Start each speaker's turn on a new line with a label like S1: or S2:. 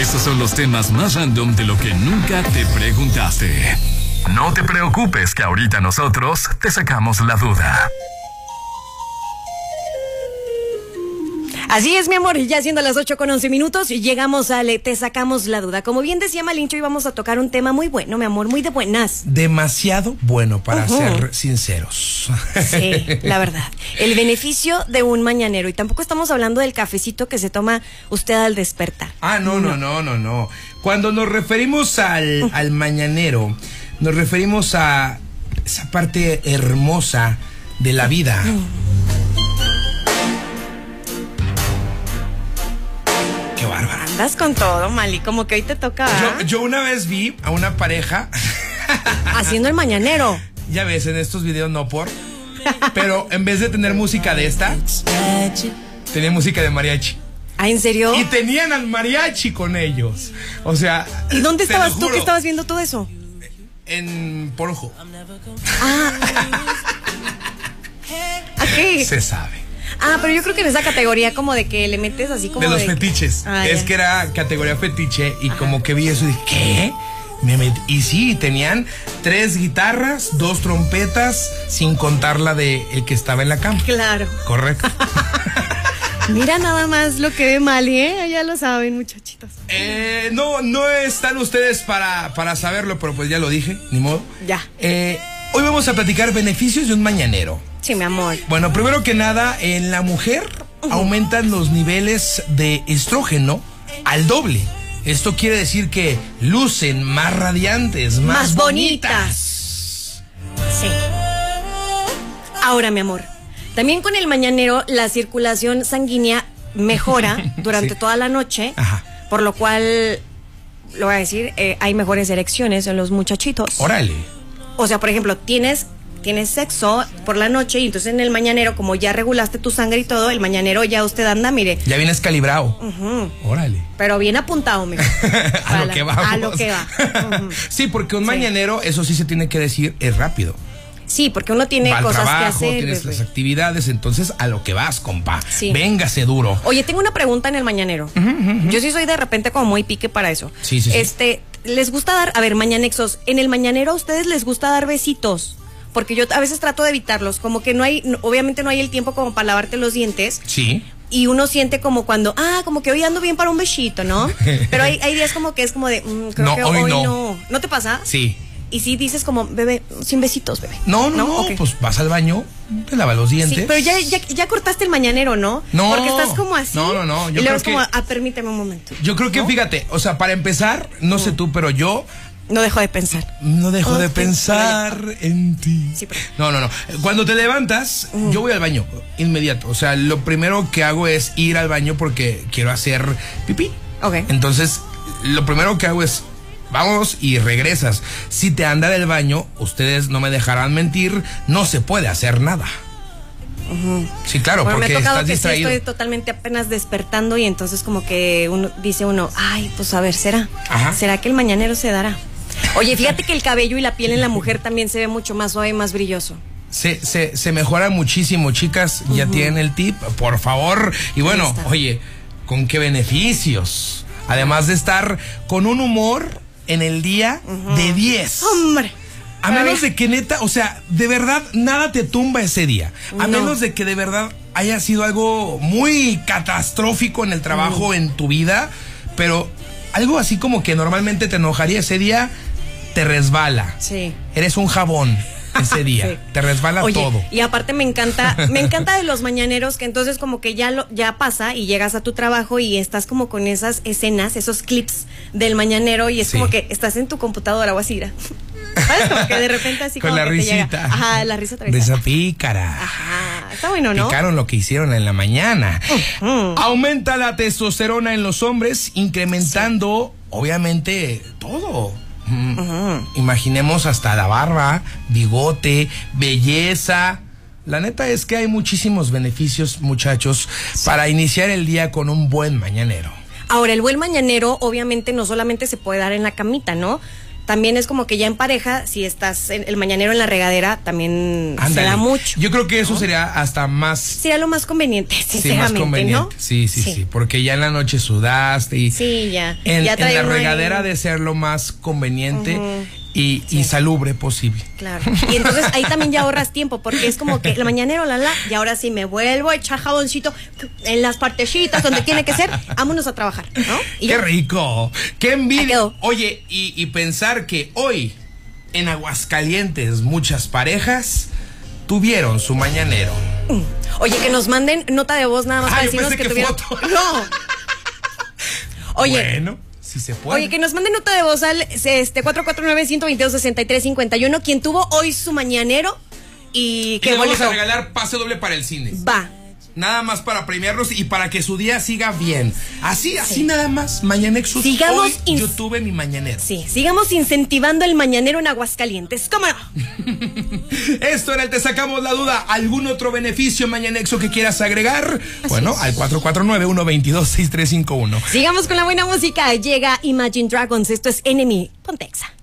S1: Estos son los temas más random de lo que nunca te preguntaste. No te preocupes que ahorita nosotros te sacamos la duda.
S2: Así es, mi amor, ya siendo las 8 con 11 minutos, llegamos a Le Te Sacamos la Duda. Como bien decía Malincho, íbamos a tocar un tema muy bueno, mi amor, muy de buenas.
S3: Demasiado bueno, para uh -huh. ser sinceros.
S2: Sí, la verdad. El beneficio de un mañanero. Y tampoco estamos hablando del cafecito que se toma usted al despertar.
S3: Ah, no, no, no, no, no. Cuando nos referimos al, uh -huh. al mañanero, nos referimos a esa parte hermosa de la vida. Uh -huh.
S2: Andas con todo, Mali, como que hoy te toca.
S3: Yo, yo, una vez vi a una pareja
S2: haciendo el mañanero.
S3: Ya ves, en estos videos no por. Pero en vez de tener música de esta, tenía música de mariachi.
S2: ¿Ah, en serio?
S3: Y tenían al mariachi con ellos. O sea.
S2: ¿Y dónde estabas tú que estabas viendo todo eso?
S3: En Porjo.
S2: Ah. Aquí.
S3: Se sabe.
S2: Ah, pero yo creo que en esa categoría como de que le metes así como
S3: de los
S2: de
S3: fetiches.
S2: Que... Ah,
S3: es
S2: ya.
S3: que era categoría fetiche y Ajá. como que vi eso y dije, ¿qué? Me met... Y sí, tenían tres guitarras, dos trompetas, sin contar la de el que estaba en la cama.
S2: Claro.
S3: Correcto.
S2: Mira nada más lo que ve mal, ¿eh? Ya lo saben, muchachitos.
S3: Eh, no, no están ustedes para, para saberlo, pero pues ya lo dije, ni modo.
S2: Ya.
S3: Eh, hoy vamos a platicar beneficios de un mañanero.
S2: Sí, mi amor.
S3: Bueno, primero que nada, en la mujer uh -huh. aumentan los niveles de estrógeno al doble. Esto quiere decir que lucen más radiantes, más, más bonitas.
S2: bonitas. Sí. Ahora, mi amor, también con el mañanero la circulación sanguínea mejora durante sí. toda la noche, Ajá. por lo cual, lo voy a decir, eh, hay mejores erecciones en los muchachitos.
S3: Órale.
S2: O sea, por ejemplo, tienes tienes sexo por la noche y entonces en el mañanero, como ya regulaste tu sangre y todo, el mañanero ya usted anda, mire.
S3: Ya vienes calibrado. Uh -huh. Órale.
S2: Pero bien apuntado, mijo.
S3: a, lo la, que vamos.
S2: a lo que va. Uh
S3: -huh. sí, porque un sí. mañanero, eso sí se tiene que decir, es rápido.
S2: Sí, porque uno tiene
S3: va al
S2: cosas
S3: trabajo,
S2: que hacer.
S3: Tienes las actividades, entonces a lo que vas, compa. Sí. Véngase duro.
S2: Oye, tengo una pregunta en el mañanero. Uh -huh, Yo sí soy de repente como muy pique para eso.
S3: Sí, sí,
S2: Este, les gusta dar, a ver, mañanexos, en el mañanero a ustedes les gusta dar besitos porque yo a veces trato de evitarlos, como que no hay, obviamente no hay el tiempo como para lavarte los dientes.
S3: Sí.
S2: Y uno siente como cuando, ah, como que hoy ando bien para un besito, ¿no? Pero hay, hay días como que es como de, mm, creo no, que hoy, hoy no. no. no. te pasa?
S3: Sí.
S2: Y si dices como, bebé, sin besitos, bebé.
S3: No, no, no, okay. pues vas al baño, te lavas los dientes. Sí,
S2: pero ya, ya, ya, cortaste el mañanero, ¿no?
S3: No.
S2: Porque estás como así.
S3: No, no, no.
S2: Yo y luego es como, que, ah, permíteme un momento.
S3: Yo creo que, fíjate, o sea, para empezar, no
S2: Mm.
S3: sé tú, pero yo
S2: no dejo de pensar.
S3: No dejo oh, de pensar en ti.
S2: Sí,
S3: no, no, no. Cuando te levantas, mm. yo voy al baño inmediato. O sea, lo primero que hago es ir al baño porque quiero hacer pipí.
S2: Ok.
S3: Entonces, lo primero que hago es vamos y regresas. Si te anda del baño, ustedes no me dejarán mentir, no se puede hacer nada. Uh -huh. Sí, claro,
S2: bueno,
S3: porque
S2: me ha tocado
S3: estás
S2: que
S3: distraído.
S2: Sí, estoy totalmente apenas despertando y entonces como que uno dice uno, ay, pues a ver, será,
S3: Ajá.
S2: será que el mañanero se dará. Oye, fíjate que el cabello y la piel en la mujer también se ve mucho más suave, más brilloso.
S3: Se, se, se mejora muchísimo, chicas. Uh -huh. Ya tienen el tip, por favor. Y bueno, oye, ¿con qué beneficios? Además de estar con un humor en el día uh -huh. de 10.
S2: Hombre.
S3: A menos de que neta, o sea, de verdad nada te tumba ese día. A no. menos de que de verdad haya sido algo muy catastrófico en el trabajo, uh -huh. en tu vida. Pero algo así como que normalmente te enojaría ese día, te resbala.
S2: Sí.
S3: Eres un jabón ese día. sí. Te resbala
S2: Oye,
S3: todo.
S2: Y aparte me encanta, me encanta de los mañaneros que entonces como que ya lo, ya pasa y llegas a tu trabajo y estás como con esas escenas, esos clips del mañanero y es sí. como que estás en tu computadora o así. ¿Sabes? Como que de repente así
S3: Con
S2: como
S3: la
S2: que
S3: risita.
S2: Te llega. Ajá, la risa
S3: De esa pícara.
S2: Ajá. Está bueno, ¿no?
S3: Picaron lo que hicieron en la mañana. Uh -huh. Aumenta la testosterona en los hombres, incrementando, sí. obviamente, todo. Uh -huh. Imaginemos hasta la barba, bigote, belleza. La neta es que hay muchísimos beneficios, muchachos, sí. para iniciar el día con un buen mañanero.
S2: Ahora, el buen mañanero obviamente no solamente se puede dar en la camita, ¿no? también es como que ya en pareja, si estás en el mañanero en la regadera, también se da mucho.
S3: Yo creo que eso sería hasta más
S2: Sería lo más conveniente,
S3: Sí,
S2: sinceramente,
S3: más conveniente.
S2: ¿no?
S3: Sí, sí, sí, Porque ya en la noche sudaste y.
S2: Sí, ya.
S3: En,
S2: Ya
S3: en
S2: trae
S3: la
S2: uno ahí-
S3: regadera de ser lo más conveniente y, y salubre posible.
S2: Claro. Y entonces ahí también ya ahorras tiempo, porque es como que el mañanero, la la, y ahora sí me vuelvo a echar jaboncito en las partecitas donde tiene que ser, vámonos a trabajar, ¿no? Y
S3: ¡Qué
S2: ya.
S3: rico! ¡Qué
S2: Ahí
S3: envidia!
S2: quedó.
S3: Oye, y, y pensar que hoy en Aguascalientes muchas parejas tuvieron su mañanero.
S2: Oye, que nos manden nota de voz nada más
S3: Ah,
S2: para
S3: yo
S2: decirnos
S3: pensé
S2: que,
S3: que
S2: tuvieron.
S3: foto.
S2: No. Oye.
S3: Bueno, si se puede.
S2: Oye, que nos manden nota de voz al este, 449-122-6351, quien tuvo hoy su mañanero y
S3: Y
S2: que
S3: le vamos a
S2: boleto.
S3: regalar pase doble para el cine.
S2: Va.
S3: Nada más para premiarlos y para que su día siga bien. Así, así nada más. Mañanexus.
S2: Sigamos
S3: Hoy
S2: ins-
S3: yo tuve mi mañanero.
S2: Sí, sigamos incentivando el mañanero en Aguascalientes. ¿Cómo no?
S3: Esto en el Te Sacamos la Duda. ¿Algún otro beneficio mañanexo que quieras agregar? bueno, al 449-122-6351.
S2: Sigamos con la buena música. Llega Imagine Dragons. Esto es Enemy. Pontexa.